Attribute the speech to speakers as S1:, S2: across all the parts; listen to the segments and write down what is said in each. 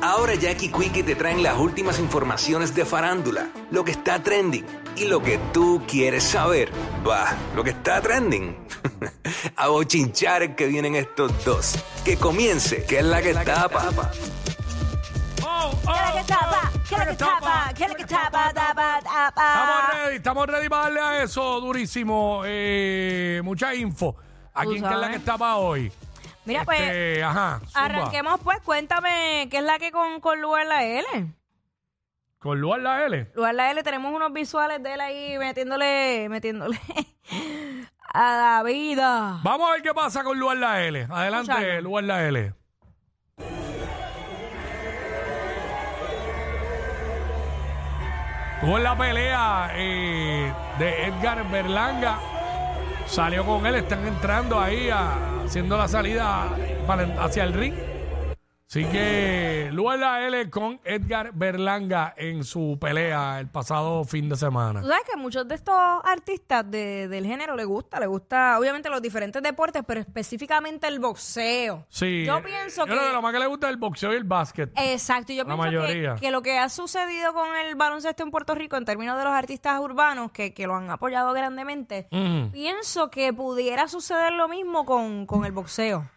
S1: Ahora Jackie Quickie te traen las últimas informaciones de farándula, lo que está trending y lo que tú quieres saber. Va, lo que está trending. A bochinchar que vienen estos dos. Que comience, que es la que tapa.
S2: Oh,
S3: Quiero que tapa, quiero que tapa, quiero que tapa, tapa,
S2: Estamos
S3: tapa.
S2: ready, estamos ready para darle a eso durísimo. Eh, mucha info. Aquí en que es la
S3: sabes.
S2: que estaba hoy.
S3: Mira, pues
S2: Este, ajá. zumba.
S3: arranquemos pues, cuéntame, ¿qué es la que con, con Lugar la L?
S2: Con Luar la L.
S3: Lugar la L, tenemos unos visuales de él ahí metiéndole, metiéndole a la vida.
S2: Vamos a ver qué pasa con Luar la L. Adelante,
S3: Escuchalo.
S2: Luar la L. Tuvo en la pelea eh, de Edgar Berlanga. Salió con él, están entrando ahí a- haciendo la salida para- hacia el ring. Así que Luar la L con Edgar Berlanga en su pelea el pasado fin de semana.
S3: Tú sabes que muchos de estos artistas de- del género les gusta, les gusta obviamente los diferentes deportes, pero específicamente el boxeo.
S2: Sí.
S3: Yo
S2: eh,
S3: pienso
S2: Yo creo que
S3: que- Eh,
S2: lo más que le gusta es el boxeo y el básquet.
S3: Exacto, y yo
S2: La
S3: pienso que-
S2: mayoría.
S3: Que, lo que ha sucedido con el baloncesto en Puerto Rico en términos de los artistas urbanos que, que lo han apoyado grandemente,
S2: Mm.
S3: pienso que pudiera suceder lo mismo con, con el boxeo.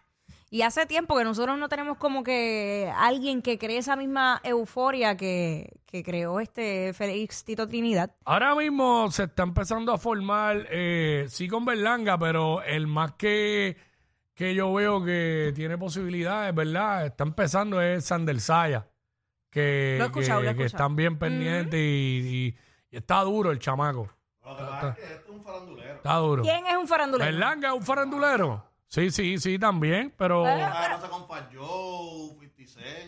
S3: Y hace tiempo que nosotros no tenemos como que alguien que cree esa misma euforia que, que creó este Félix Tito Trinidad.
S2: Ahora mismo se está empezando a formar, eh, sí con Berlanga, pero el más que, que yo veo que tiene posibilidades, ¿verdad? Está empezando es Sander Saya, que,
S3: Lo he escuchado,
S2: que,
S3: lo he
S2: que
S3: escuchado.
S2: están bien pendientes y, y- y está duro el chamaco. Está duro.
S3: ¿Quién es un farandulero?
S2: ¿Berlanga es un farandulero? Sí, sí, sí, también, pero... Ah,
S3: ¿Eh?
S4: Ah,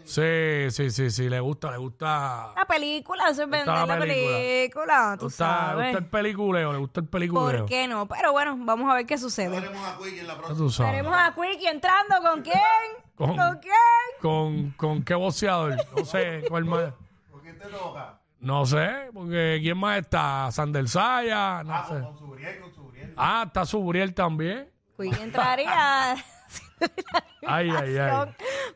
S2: Sí, sí, sí, sí, le gusta, le gusta...
S3: La película, eso es vender
S2: la
S3: la
S2: película.
S3: película,
S2: Le
S3: Ah, tú
S2: gusta, le
S3: sabes.
S2: gusta el peliculeo, le gusta el peliculeo.
S3: ¿Por qué no? Pero bueno, vamos a ver qué sucede.
S2: Ya tú sabes.
S3: Tenemos a Quickie entrando con quién?
S2: Con-
S3: Con, quién?
S2: ¿Con, con qué boxeador? No sé, ¿cuál más?
S4: ¿Por qué te toca?
S2: No sé, porque ¿quién más está? ¿Sander Saya? No sé.
S4: Con su briel, con su briel.
S2: Ah, está Subriel también.
S3: Quickie entraría.
S2: Ay, ay, ay.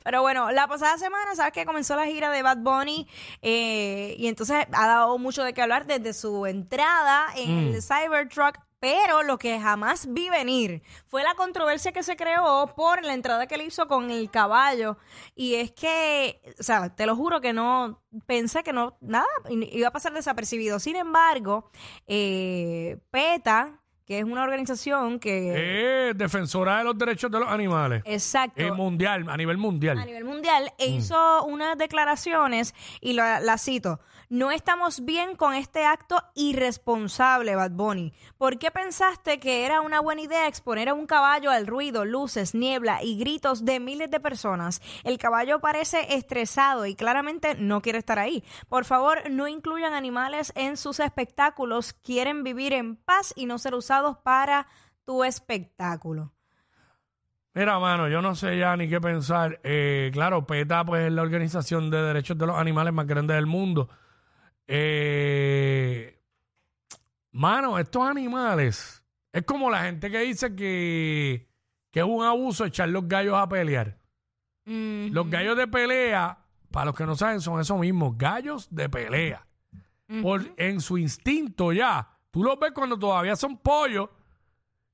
S3: Pero bueno, la pasada semana, ¿sabes que Comenzó la gira de Bad Bunny eh, y entonces ha dado mucho de qué hablar desde su entrada en
S2: Mm.
S3: el Cybertruck. Pero lo que jamás vi venir fue la controversia que se creó por la entrada que él hizo con el caballo. Y es que, o sea, te lo juro que no pensé que no, nada, i- iba a pasar desapercibido. Sin embargo, eh, PETA, que es una organización que...
S2: Eh, defensora de los derechos de los animales.
S3: Exacto.
S2: Eh, mundial, a nivel
S3: a
S2: mundial.
S3: nivel mundial e hizo unas declaraciones y la, la cito. No estamos bien con este acto irresponsable, Bad Bunny. ¿Por qué pensaste que era una buena idea exponer a un caballo al ruido, luces, niebla y gritos de miles de personas? El caballo parece estresado y claramente no quiere estar ahí. Por favor, no incluyan animales en sus espectáculos. Quieren vivir en paz y no ser usados para tu espectáculo.
S2: Mira, mano, yo no sé ya ni qué pensar. Eh, claro, PETA pues, es la organización de derechos de los animales más grande del mundo. Eh, mano, estos animales es como la gente que dice que, que es un abuso echar los gallos a pelear.
S3: Mm,
S2: Los gallos de pelea, para los que no saben, son esos mismos, gallos de pelea. Por, en su instinto ya. Tú los ves cuando todavía son pollos,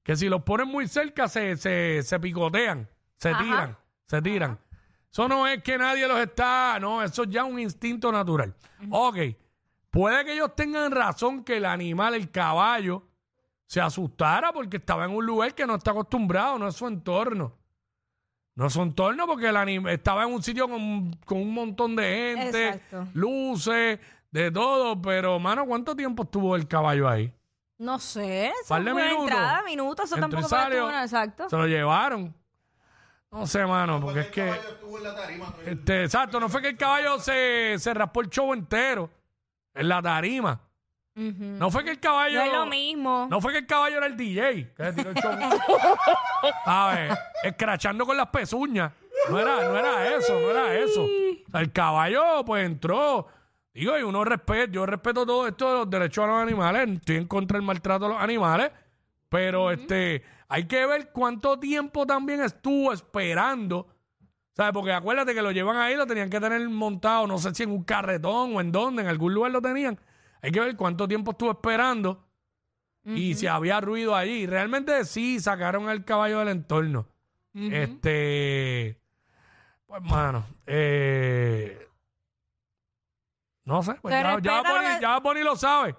S2: que si los ponen muy cerca se, se, se picotean, se
S3: Ajá.
S2: tiran, se tiran. Eso no es que nadie los está, no, eso es ya un instinto natural. Ok, puede que ellos tengan razón que el animal, el caballo, se asustara porque estaba en un lugar que no está acostumbrado, no es su entorno. No es su entorno porque el anim- estaba en un sitio con, con un montón de gente,
S3: Exacto.
S2: luces, de todo, pero, mano, ¿cuánto tiempo estuvo el caballo ahí?
S3: No sé, eso
S2: Par de
S3: es una
S2: minutos.
S3: entrada, minutos,
S2: Entró
S3: eso
S2: y
S3: tampoco parece
S2: salió.
S3: una, exacto.
S2: Se lo llevaron. No sé, mano, porque es que...
S4: Yo estuve en la tarima. tú-
S2: Este, exacto, no fue que el caballo se, se raspó el show entero en la tarima.
S3: Ujú.
S2: No fue que el caballo.
S3: No es lo mismo.
S2: No fue que el caballo era el DJ. Que se tiró el show. ¿Sabes? Escrachando con las pezuñas. No era, no era eso, no era eso. O sea, el caballo, pues entró. Digo, y uno respeta, yo respeto todo esto de los derechos a los animales. Estoy en contra del maltrato a los animales. Pero este, hay que ver cuánto tiempo también estuvo esperando. ¿Sabes? Porque acuérdate que lo llevan ahí, lo tenían que tener montado, no sé si en un carretón o en dónde, en algún lugar lo tenían. Hay que ver cuánto tiempo estuvo esperando y si había ruido allí. Realmente sí sacaron al caballo del entorno. eh, Este. Pues, mano. eh, no sé. Pues
S3: Se
S2: ya, ya,
S3: respeta lo
S2: Bonnie,
S3: que-
S2: ya Bonnie lo sabe.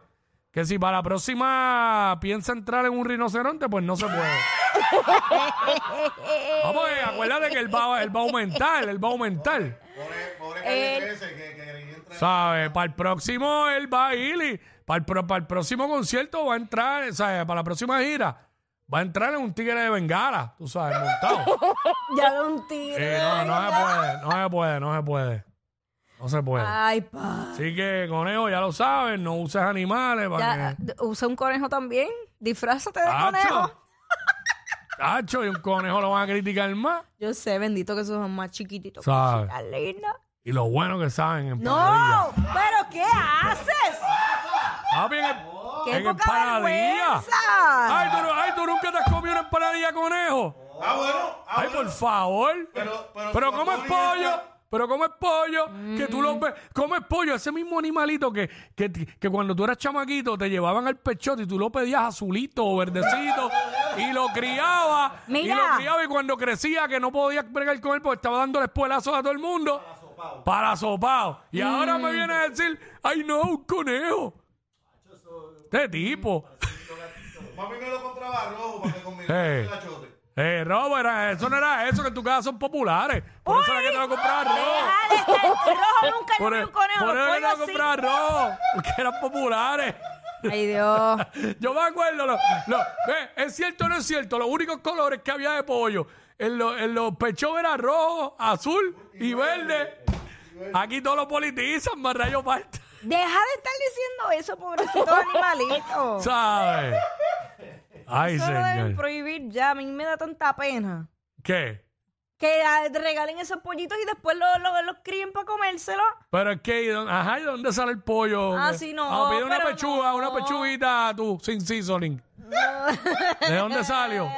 S2: Que si para la próxima piensa entrar en un rinoceronte, pues no se puede. Vamos, acuérdate que él va, él va a aumentar, él va a aumentar.
S4: Pobre, pobre
S3: Eh.
S4: Calle 13 que, que le entra.
S2: ¿Sabes? Para el próximo él va a ir y para el, pro- para el próximo concierto va a entrar, ¿sabes? Para la próxima gira va a entrar en un tigre de bengala, tú sabes, montado.
S3: Ya de un tiro.
S2: Eh, no, no se puede, no se puede, no se puede. No se puede.
S3: Ay, pa.
S2: Así que, conejo, ya lo sabes, no uses animales para
S3: Ya,
S2: que...
S3: d- usa un conejo también. Disfrázate de
S2: ¡Tacho!
S3: conejo.
S2: ¡Tacho! Y un conejo lo van a criticar más.
S3: Yo sé, bendito que esos son más chiquititos.
S2: ¿Sabes?
S3: Cosita linda.
S2: Y lo bueno que saben en Panadilla.
S3: No, pero ¿qué haces?
S2: Papi, en, el-
S3: ¡Qué
S2: en
S3: poca
S2: empanadilla.
S3: vergüenza!
S2: Ay tú, no- ay, tú nunca te has comido una empanadilla conejo.
S4: Ah, bueno. Ah,
S2: Ay,
S4: bueno.
S2: por favor.
S4: Pero- pero-
S2: Pero
S4: pero
S2: comes
S4: tú
S2: pollo.
S4: dices-
S2: Pero comes pollo, que tú lo ves, comes pollo, ese mismo animalito que, que, que cuando tú eras chamaquito te llevaban al pechote y tú lo pedías azulito o verdecito y lo criaba y
S3: Mira.
S2: lo criaba y cuando crecía que no podías bregar con él porque estaba dándole espuelazos a todo el mundo para sopao. Y ahora me viene a decir, ay no, un conejo. Este tipo.
S4: Mami no lo compraba rojo para que combinara
S2: Eh.
S4: el achote.
S2: Eh, Robert, eh, eso no era eso, que en tu casa son populares. Por eso era que te lo compraba rojo.
S3: Deja de estar rojo nunca
S2: Por,
S3: comió
S2: el-
S3: un conejo.
S2: por
S3: los
S2: eso era que te lo
S3: pollos sí.
S2: compraba rojo, porque eran populares.
S3: Ay, Dios.
S2: Yo me acuerdo, lo- lo- eh, es cierto o no es cierto, los únicos colores que había de pollo en, lo- en los pechos era rojo, azul y verde. Aquí todos lo politizan, más rayo falta.
S3: Deja de estar diciendo eso, pobrecito animalito.
S2: ¿Sabes? Ay,
S3: Eso lo deben
S2: señor.
S3: prohibir ya. A mí me da tanta pena.
S2: ¿Qué?
S3: Que ah, te regalen esos pollitos y después los lo, lo críen para comérselo.
S2: Pero es que, ¿y dó- ajá, ¿y dónde sale el pollo?
S3: Ah, sí, no,
S2: Ah, pide una
S3: pero
S2: pechuga,
S3: no.
S2: una pechuguita tú, sin seasoning. ¿De dónde salió?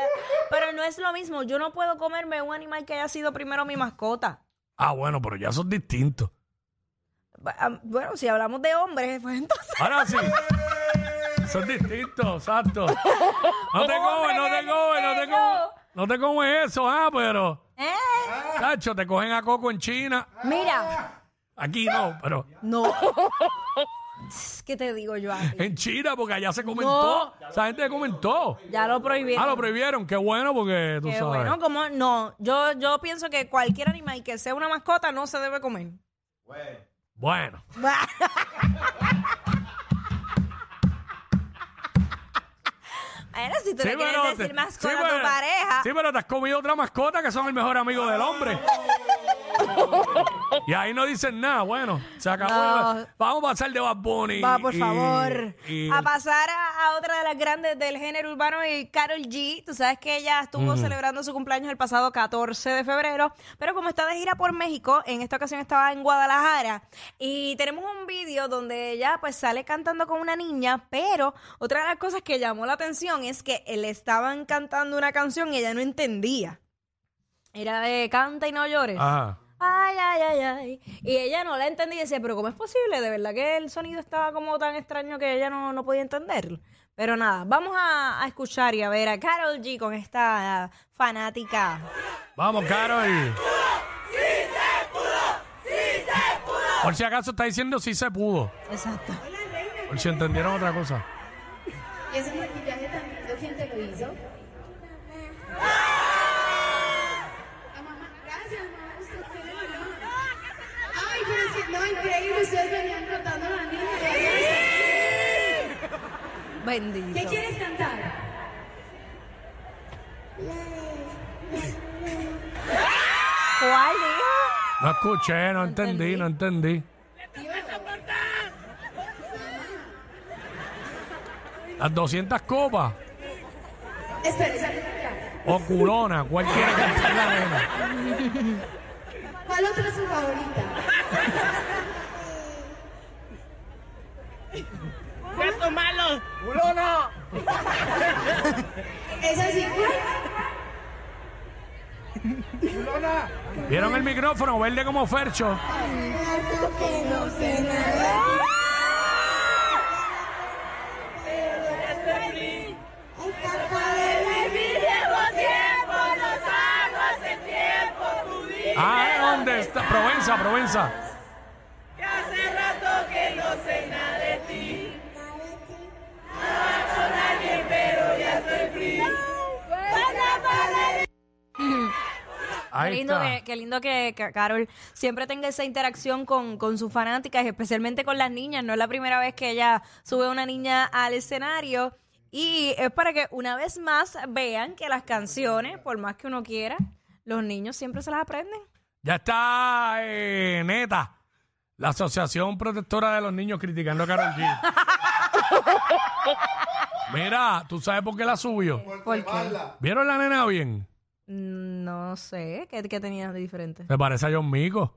S3: Pero no es lo mismo. Yo no puedo comerme un animal que haya sido primero mi mascota.
S2: Ah, bueno, pero ya son distintos.
S3: Ba- ah, Bueno, si hablamos de hombres, pues entonces.
S2: Ahora sí. Son distintos, exacto. No te comes, no te comes, no te comes. No te comes eso, ah, pero.
S3: ¿Eh?
S2: Cacho, te cogen a coco en China.
S3: Mira.
S2: Aquí no, pero
S3: No. ¿Qué te digo yo a ti?
S2: en China, porque allá se comentó. Esa gente comentó.
S3: Ya lo prohibieron.
S2: Ah, lo prohibieron, qué bueno, porque tú
S3: Qué
S2: sabes.
S3: bueno, como no, yo, yo pienso que cualquier animal que sea una mascota no se debe comer.
S4: Bueno.
S2: Bueno.
S3: Ahora si tú le
S2: pero
S3: quieres
S2: te-
S3: decir mascota
S2: sí,
S3: a tu
S2: pero-
S3: pareja,
S2: Sí, pero te has comido otra mascota que son el mejor amigo del hombre. y ahí no dicen nada. Bueno, se acabó.
S3: No.
S2: Vamos a pasar de Bad Bunny.
S3: va por
S2: y-
S3: favor
S2: y-
S3: a pasar a, a otra de las grandes del género urbano y Carol G. Tú sabes que ella estuvo celebrando su cumpleaños el pasado 14 de febrero, pero como está de gira por México, en esta ocasión estaba en Guadalajara y tenemos un vídeo donde ella pues sale cantando con una niña, pero otra de las cosas que llamó la atención es que le estaban cantando una canción y ella no entendía. Era de canta y no llores.
S2: Ajá.
S3: Ay, ay, ay, ay. Y ella no la entendía y decía, pero ¿cómo es posible? De verdad que el sonido estaba como tan extraño que ella no, no podía entenderlo. Pero nada, vamos a, a escuchar y a ver a Carol G con esta ah, fanática.
S2: Vamos, Carol. Por si acaso está diciendo si se pudo.
S3: Exacto.
S2: Por si entendieron otra cosa.
S5: ¿Y ese maquillaje tan lindo quién te lo hizo? La mamá, gracias, mamá, usted tiene la mamá. Ay, pero sí, no, increíble, ustedes venían cantando a la niña. y ahí está. ¿Qué
S3: Bendito.
S5: quieres cantar?
S3: ¿Cuál dijo?
S2: No escuché, no entendí, no entendí. Las 200 copas
S5: Espera, esa no es la-
S2: o culona, cualquiera cantar la nena.
S5: ¿Cuál otra es su favorita?
S6: ¡Puerto Malo!
S5: ¿Esa sí? ¿Cuál?
S2: ¿Vieron el micrófono, verde como Fercho. Ah, ¿eh? ¿dónde está? Provenza, Provenza.
S3: Qué
S2: Ahí
S3: lindo,
S2: está.
S3: que, qué lindo que, que Carol siempre tenga esa interacción con, con sus fanáticas, especialmente con las niñas. No es la primera vez que ella sube a una niña al escenario. Y es para que una vez más vean que las canciones, por más que uno quiera, los niños siempre se las aprenden.
S2: Ya está eh, Neta, la Asociación Protectora de los Niños criticando a Karol G. Mira, ¿tú sabes por qué la subió?
S3: ¿Por qué?
S2: ¿Vieron la nena bien?
S3: No sé, ¿qué, qué tenías de diferente?
S2: Se parece a John Mico.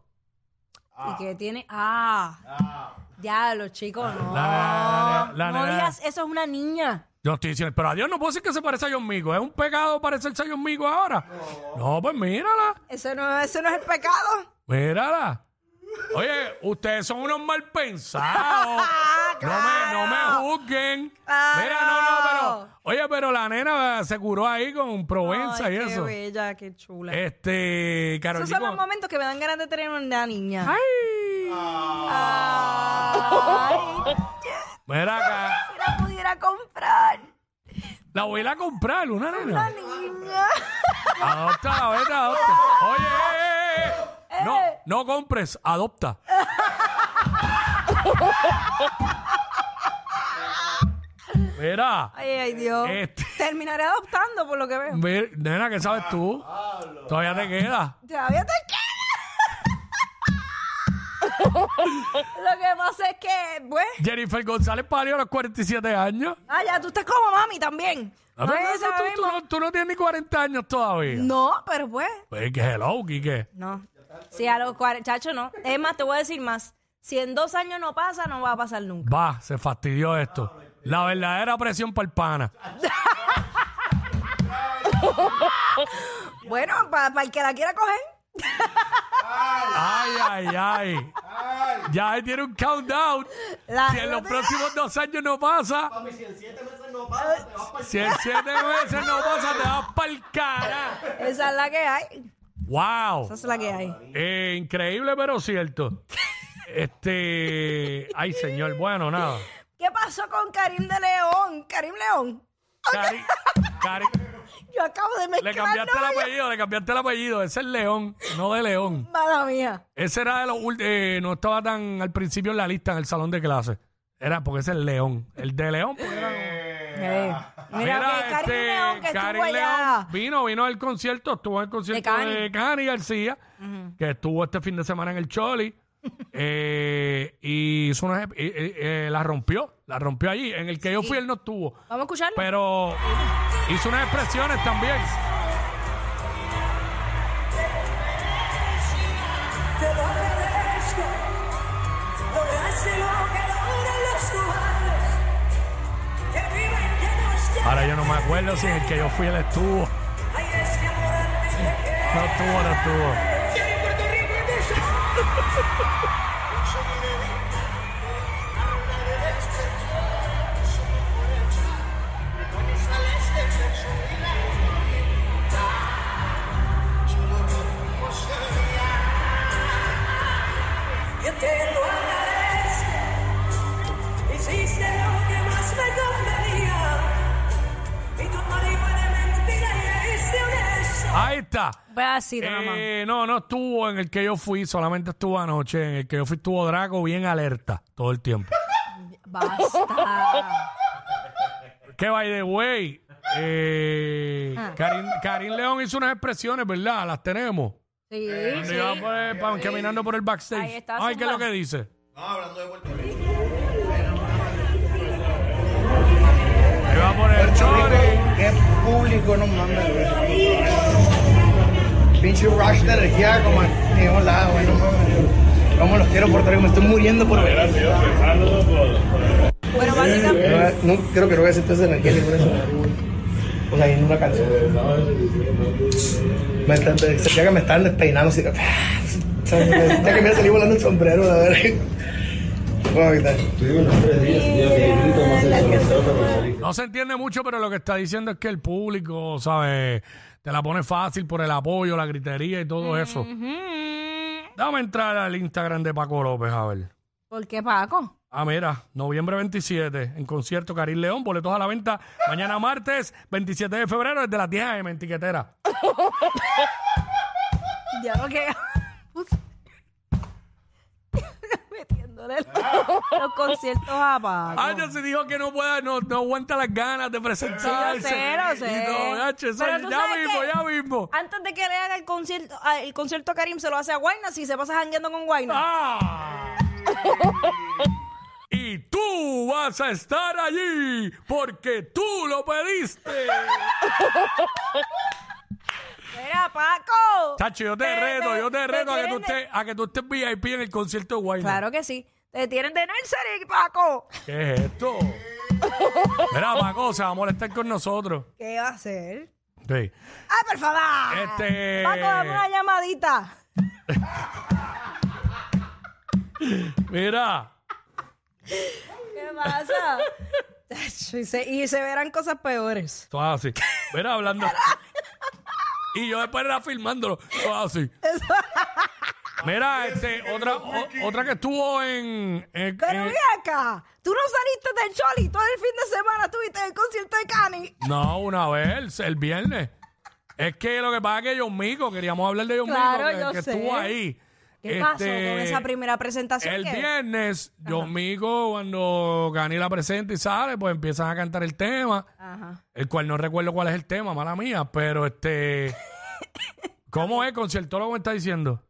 S3: ¿Y qué tiene? Ah, ya, los chicos, no.
S2: La- la- la- la-
S3: no
S2: la-
S3: digas, eso es una niña.
S2: Yo no estoy diciendo, pero a Dios no puedo decir que se parece a John Mico. ¿Es un pecado parecerse a John Mico ahora? No, pues mírala,
S3: Eso no, eso no es el pecado.
S2: mírala. Oye, ustedes son unos mal pensados. No me, no me juzguen. Mira, no, no, pero. Oye, pero la nena se curó ahí con Provenza
S3: Ay,
S2: y
S3: qué
S2: eso.
S3: bella, qué chula.
S2: Este, Carol
S3: Esos son los
S2: G.
S3: momentos que me dan ganas de tener una niña.
S2: ¡Ay! Ah.
S3: Ay,
S2: Mira acá.
S3: si la pudiera comprar.
S2: La voy a ir a comprar, una
S3: Una
S2: nena.
S3: niña.
S2: Adopta, vete, adopta. Oye, eh, eh, eh. no, no compres, adopta. Mira,
S3: Ay, ay, Dios.
S2: Este.
S3: Terminaré adoptando, por lo que veo.
S2: mira, nena, ¿qué sabes tú? Todavía te queda.
S3: Todavía te queda. lo que pasa es que, pues.
S2: Jennifer González parió a los 47 años.
S3: Ah, ya, tú estás como mami también.
S2: No,
S3: No,
S2: pero
S3: es
S2: eso
S3: eso
S2: tú, tú
S3: mismo.
S2: no, tú no tienes ni 40 años todavía.
S3: No, pero pues.
S2: Pues que hello, Quique.
S3: No. Si a los cuarenta, chacho, no. Es más, te voy a decir más. Si en dos años no pasa, no va a pasar nunca.
S2: Va, se fastidió esto. La verdadera presión para el pana.
S3: Bueno, para el que la quiera coger.
S2: Ay, ay, ay. Ya ahí tiene un countdown.
S3: La-
S2: Si en los próximos dos años no pasa. Si en siete meses no pasa, te vas para el cara.
S3: Esa es la que hay. Esa
S2: ¡Wow!
S3: es la que hay.
S2: Eh, increíble, pero cierto. Este. Ay, señor, bueno, nada.
S3: ¿Qué pasó con Karim de León? Karim León.
S2: Cari, Cari,
S3: Yo acabo de
S2: le
S3: mezclar.
S2: cambiaste el
S3: nombres.
S2: apellido, le cambiaste el apellido. Ese es León, no de León.
S3: Mala mía.
S2: Ese era de los ult- eh, no estaba tan al principio en la lista en el salón de clase. Era porque ese es el León. El de León. pues, era-
S3: Eh, Mira, que Karim
S2: este,
S3: León que
S2: Karim
S3: estuvo allá.
S2: León vino, vino al concierto, estuvo en el concierto
S3: Cani.
S2: de Cani García, que estuvo este fin de semana en el Choli. eh, y hizo una, eh, eh, eh, la rompió, la rompió allí. En el que yo fui, él no estuvo.
S3: Vamos a escucharlo.
S2: Pero hizo unas expresiones también.
S7: Te lo agradezco por dárselo que logran los cubanos que viven llenos de
S2: Ahora yo no me acuerdo si en el que yo fui él estuvo.
S7: ay este amor antes de que
S2: No estuvo, no estuvo.
S7: llegue Puerto Rico y te Yo te lo agradezco. Hiciste lo que más me convenía. Y tu marido de mentira y hice honesto.
S2: Ahí está.
S3: Voy a decir, mamá.
S2: Eh, no, no estuvo en el que yo fui, solamente estuvo anoche. En el que yo fui estuvo Draco bien alerta todo el tiempo.
S3: Basta.
S2: que by the way, eh,
S3: Ah.
S2: Karim, Karim León hizo unas expresiones, ¿verdad? Las tenemos.
S3: Sí,
S2: Cuando
S3: sí.
S2: Eh, iba por el- pa- caminando por el backstage.
S3: Ahí está,
S2: Ay, ¿qué es lo
S3: zumba.
S2: que dice?
S4: No, hablando de Puerto Rico.
S2: Ahí va por el chori.
S8: Qué público, no mames, güey. Pinche rush de energía como a ningún lado, güey, no mames. Cómo los quiero Puerto Rico, me estoy muriendo por ver.
S3: Bueno, básicamente.
S8: No, creo que no voy a sentir esa energía ni por eso. pues ahí en una canción. Me, están- sentía que me estaban despeinando así. ¿sabes? Me Sentía que me iba a salir volando el sombrero, la verdad. Bueno, ¿qué tal?
S2: No se entiende mucho, pero lo que está diciendo es que el público, ¿sabes? Te la pone fácil por el apoyo, la gritería y todo eso.
S3: Mm-hmm.
S2: Dame entrar al Instagram de Paco López, a ver.
S3: ¿Por qué, Paco?
S2: Ah, mira, noviembre 27, en concierto Caril León, boletos a la venta mañana martes 27 de febrero desde las 10 a.m. en Tiquetera.
S3: Ya lo que. Metiéndole los, los conciertos a Paco.
S2: Ah, ya se dijo que no puede, no, no aguanta las ganas de presentarse.
S3: sé, lo sé.
S2: Y todo, ya, che, eso
S3: Pero
S2: es
S3: tú
S2: ya
S3: sabes
S2: mismo,
S3: que-
S2: ya mismo.
S3: Antes de que le haga el concierto, ah, el concierto a Karim se lo hace a Guayna si se pasa jangueando con Guayna.
S2: Ah. y tú vas a estar allí porque tú lo pediste.
S3: ¡Era Paco!
S2: Chacho, yo te, reto, yo te reto a que, tú
S3: tienen de-
S2: estés, a que tú estés VIP en el concierto de Guayna.
S3: Claro que sí. Te tienen de nursery, Paco.
S2: ¿Qué es esto? Mira, Paco, se va a molestar con nosotros.
S3: ¿Qué va a hacer?
S2: Sí.
S3: ¡Ay, por favor!
S2: Este-
S3: Ah. Paco, dame una llamadita.
S2: Mira,
S3: ¿Qué pasa? Tacho, y, se, y se verán cosas peores.
S2: todo así. Mira, hablando. y yo después era filmándolo. Todo así. Mira, este, otra, o- otra que estuvo en. en-
S3: Pero
S2: en-
S3: ven acá, tú no saliste del Choli todo el fin de semana, tuviste el concierto de Cani.
S2: No, una vez, el, el viernes. Es que lo que pasa es que John Mico, queríamos hablar de John
S3: Claro,
S2: Mico,
S3: yo
S2: que, que
S3: sé.
S2: estuvo ahí.
S3: ¿Qué pasó
S2: Este,
S3: con esa primera presentación?
S2: El
S3: que-
S2: viernes, John Mico, cuando Gani la presenta y sale, pues empiezan a cantar el tema,
S3: Ajá.
S2: el cual no recuerdo cuál es el tema, mala mía, pero este... ¿Cómo es? Conciertólogo me está diciendo.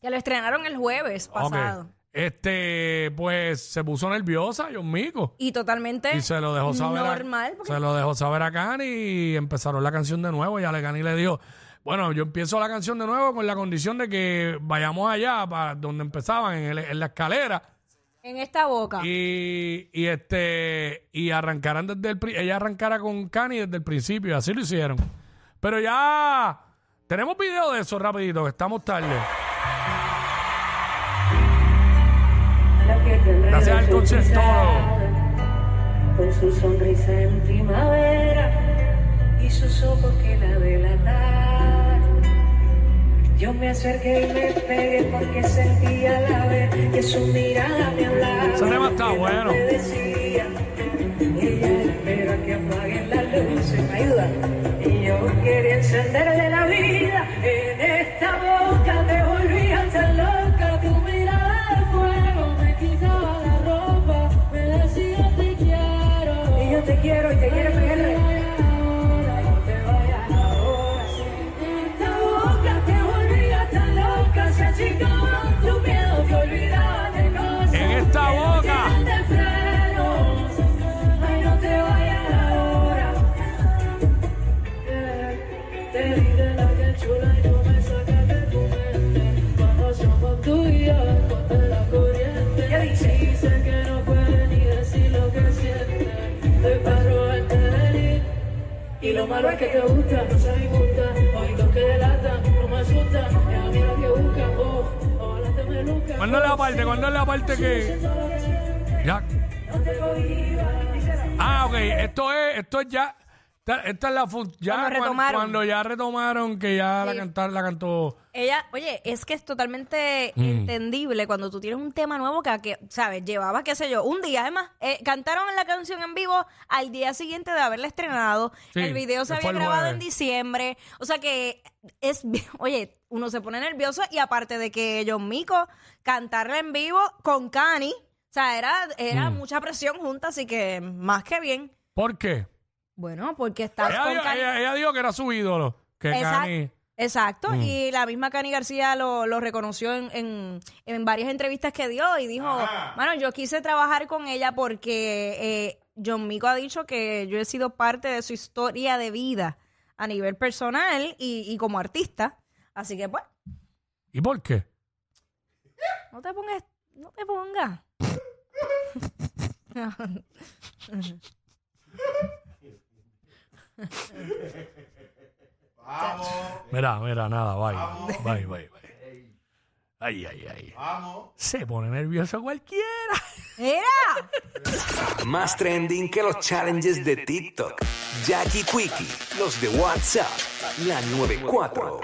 S3: Que lo estrenaron el jueves
S2: Ok.
S3: pasado.
S2: Este, pues se puso nerviosa John Mico.
S3: Y totalmente
S2: Y se lo dejó saber. a-
S3: Eh, normal. porque-
S2: Se lo dejó saber a Cani y empezaron la canción de nuevo. Y a Cani le dijo, bueno, yo empiezo la canción de nuevo con la condición de que vayamos allá para donde empezaban, en, el- en la escalera.
S3: En esta boca.
S2: Y, y este y arrancaran desde el pri- ella arrancara con Cani desde el principio y así lo hicieron. Pero ya tenemos video de eso rapidito, que estamos tarde. Gracias al conceptólogo.
S7: Con su sonrisa en primavera y sus ojos que la delataron. Yo me acerqué y me pegué porque sentía la vez que su mirada me hablaba.
S2: Ese tema está
S7: que no
S2: bueno.
S7: me decía. Ella espera que apaguen las luces, me ayuda. Y yo quería encenderle la vida. En esta boca me volvía tan loca. Tu mirada de fuego me quitaba la ropa. Me decía te quiero. Y yo te quiero y te quiero, Pierre. Esta boca te volvía tan loca. Se achicaban tu miedo, te olvidabas de cosas.
S2: En esta
S7: que no
S2: boca.
S7: tienen de freno. Ay, no te vayas ahora. Eh, Te diré la que chula yo me saca de tu mente. Cuando somos tú y yo, contra la corriente. Dicen que no pueden ni decir lo que sienten. Estoy para robarte venir. Y lo malo es que te gusta, no se disgusta. Oídos que delatan, no me asusta. Es a mí lo que busca, oh, ojalá te me luzca.
S2: ¿Cuándo es la parte? ¿Cuándo es la parte que...? Ya. Ah, ok. Esto es, esto es ya... Esta, esta es la... fun- Ya
S3: Cuando
S2: cuan-
S3: retomaron.
S2: cuando ya retomaron que ya la, cantar, la cantó...
S3: Ella, oye, es que es totalmente entendible cuando tú tienes un tema nuevo que, que, ¿sabes? Llevaba, qué sé yo, un día. Además, eh, cantaron la canción en vivo al día siguiente de haberla estrenado.
S2: Sí,
S3: el video se
S2: que fue
S3: había
S2: el
S3: grabado
S2: jueves.
S3: en diciembre. O sea que es, bien- oye, uno se pone nervioso y aparte de que John Mico cantarla en vivo con Cani, o sea, era, era mucha presión junta, así que más que bien.
S2: ¿Por qué?
S3: Bueno, porque estás
S2: Ella
S3: con
S2: dijo,
S3: Cani.
S2: ella- ella dijo que era su ídolo. Que
S3: Exact-
S2: Cani...
S3: Exacto, y la misma Cani García lo, lo reconoció en, en- en varias entrevistas que dio y dijo, bueno, yo quise trabajar con ella porque eh, John Mico ha dicho que yo he sido parte de su historia de vida a nivel personal y, y como artista. Así que, pues,
S2: ¿Y por qué?
S3: no te pongas, no te pongas.
S4: Vamos,
S2: Mira, mira, nada, bye. Bye, bye, bye. Ay, ay, ay.
S4: vamos.
S2: Se pone nervioso cualquiera.
S3: ¡Era!
S1: Más trending que los challenges de TikTok. Jackie Quickie, los de WhatsApp, la 94.